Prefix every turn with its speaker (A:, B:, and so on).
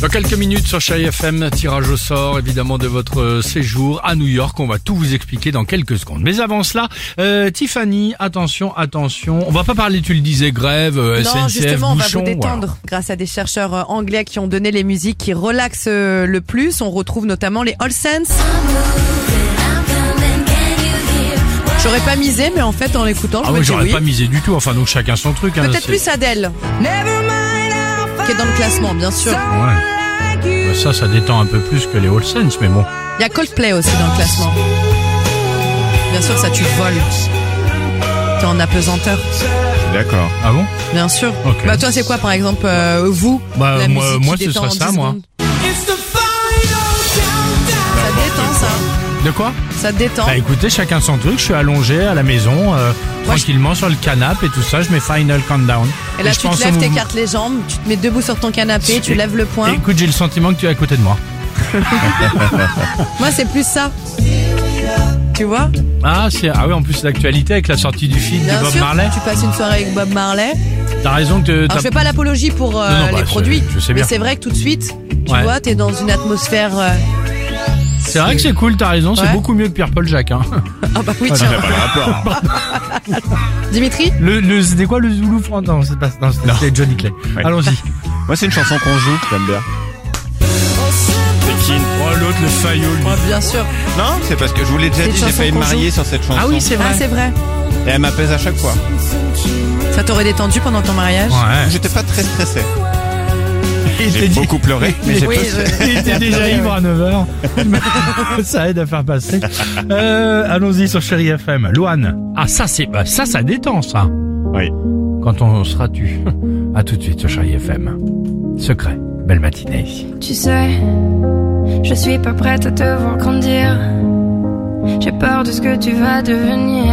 A: Dans quelques minutes sur Chérie FM, tirage au sort évidemment de votre euh, séjour à New York. On va tout vous expliquer dans quelques secondes. Mais avant cela, euh, Tiffany, attention, attention. On va pas parler, tu le disais, grève, euh,
B: non,
A: SNCF,
B: justement, on va
A: bouchon,
B: vous détendre grâce à des chercheurs euh, anglais qui ont donné les musiques qui relaxent euh, le plus. On retrouve notamment les All Saints. J'aurais pas misé, mais en fait, en l'écoutant,
A: voilà. Ah
B: je me
A: oui, j'aurais
B: dis oui.
A: pas misé du tout. Enfin, donc chacun son truc. hein,
B: Peut-être
A: c'est-
B: plus Adèle, qui est dans le classement, bien sûr.
A: Ouais. Bah, Ça, ça détend un peu plus que les All Saints, mais bon.
B: Il y a Coldplay aussi dans le classement. Bien sûr, ça tu voles. T'es en apesanteur,
A: D'accord. Ah bon
B: bien sûr.
A: Ok.
B: Bah toi, c'est quoi, par exemple, euh, vous
A: Bah,
B: la
A: moi-
B: musique qui
A: moi, ce
B: détend
A: serait
B: en
A: ça,
B: 10
A: moi.
B: secondes Ça détend, ça.
A: De quoi
B: Ça détend.
A: Bah écoutez, chacun son truc. Je suis allongé à la maison, euh,
B: Moi, je-
A: tranquillement sur le canapé et tout ça. Je mets Final Countdown.
B: Et là,
A: je
B: tu
A: pense
B: te
A: au
B: lèves,
A: mouvement-
B: t'écartes les jambes, tu te mets debout sur ton canapé, tu
A: Et-
B: lèves le poing.
A: Écoute, j'ai le sentiment que tu es à côté de moi.
B: Moi, c'est plus ça. Tu vois
A: Ah, c'est... ah oui, en plus, c'est l'actualité avec la sortie du film
B: Bien
A: de Bob
B: sûr,
A: Marley.
B: tu passes une soirée avec Bob Marley.
A: T'as raison que.
B: Alors,
A: t'as-
B: je fais pas l'apologie pour euh,
A: Non, non, bah,
B: les
A: je-
B: produits,
A: je sais bien.
B: mais c'est vrai que tout de suite, tu
A: Ouais.
B: vois, t'es dans une atmosphère... euh,
A: C'est vrai que c'est cool, t'as raison, c'est
B: Ouais.
A: beaucoup mieux que Pierre-Paul Jacques. hein.
B: Ah bah oui, tiens. Dimitri
A: Le, le- c'était quoi le Zoulou français Non, c'est pas. Non, c'était c'était Johnny Clay.
C: Ouais.
A: Allons-y.
C: Moi, c'est une chanson qu'on joue, j'aime bien.
A: Oh, l'autre, le faillot,
B: Bien sûr.
C: Non, Ah, c'est parce que je vous l'ai déjà
B: C'est
C: dit,
B: une
C: j'ai
B: chanson
C: failli me
B: qu'on joue.
C: marier sur cette chanson.
A: Ah oui, c'est vrai.
B: Ah, c'est vrai.
C: Et elle m'apaise à chaque fois.
B: Ça t'aurait détendu pendant ton mariage
A: Ouais.
C: J'étais pas très stressé.
A: Il était
C: J'ai
A: dit-
C: beaucoup pleuré, mais j'ai
B: Oui,
C: pas
B: je-
A: euh, Il était déjà ivre à 9h. ça aide à faire passer. Euh, allons-y sur Chéri FM. Louane. Ah, ça, c'est. bah, ça, ça détend, ça.
C: Oui.
A: Quand on sera tu. À tout de suite sur Chéri FM. Secret. Belle matinée.
D: Tu sais, je suis pas prête à te voir grandir. J'ai peur de ce que tu vas devenir.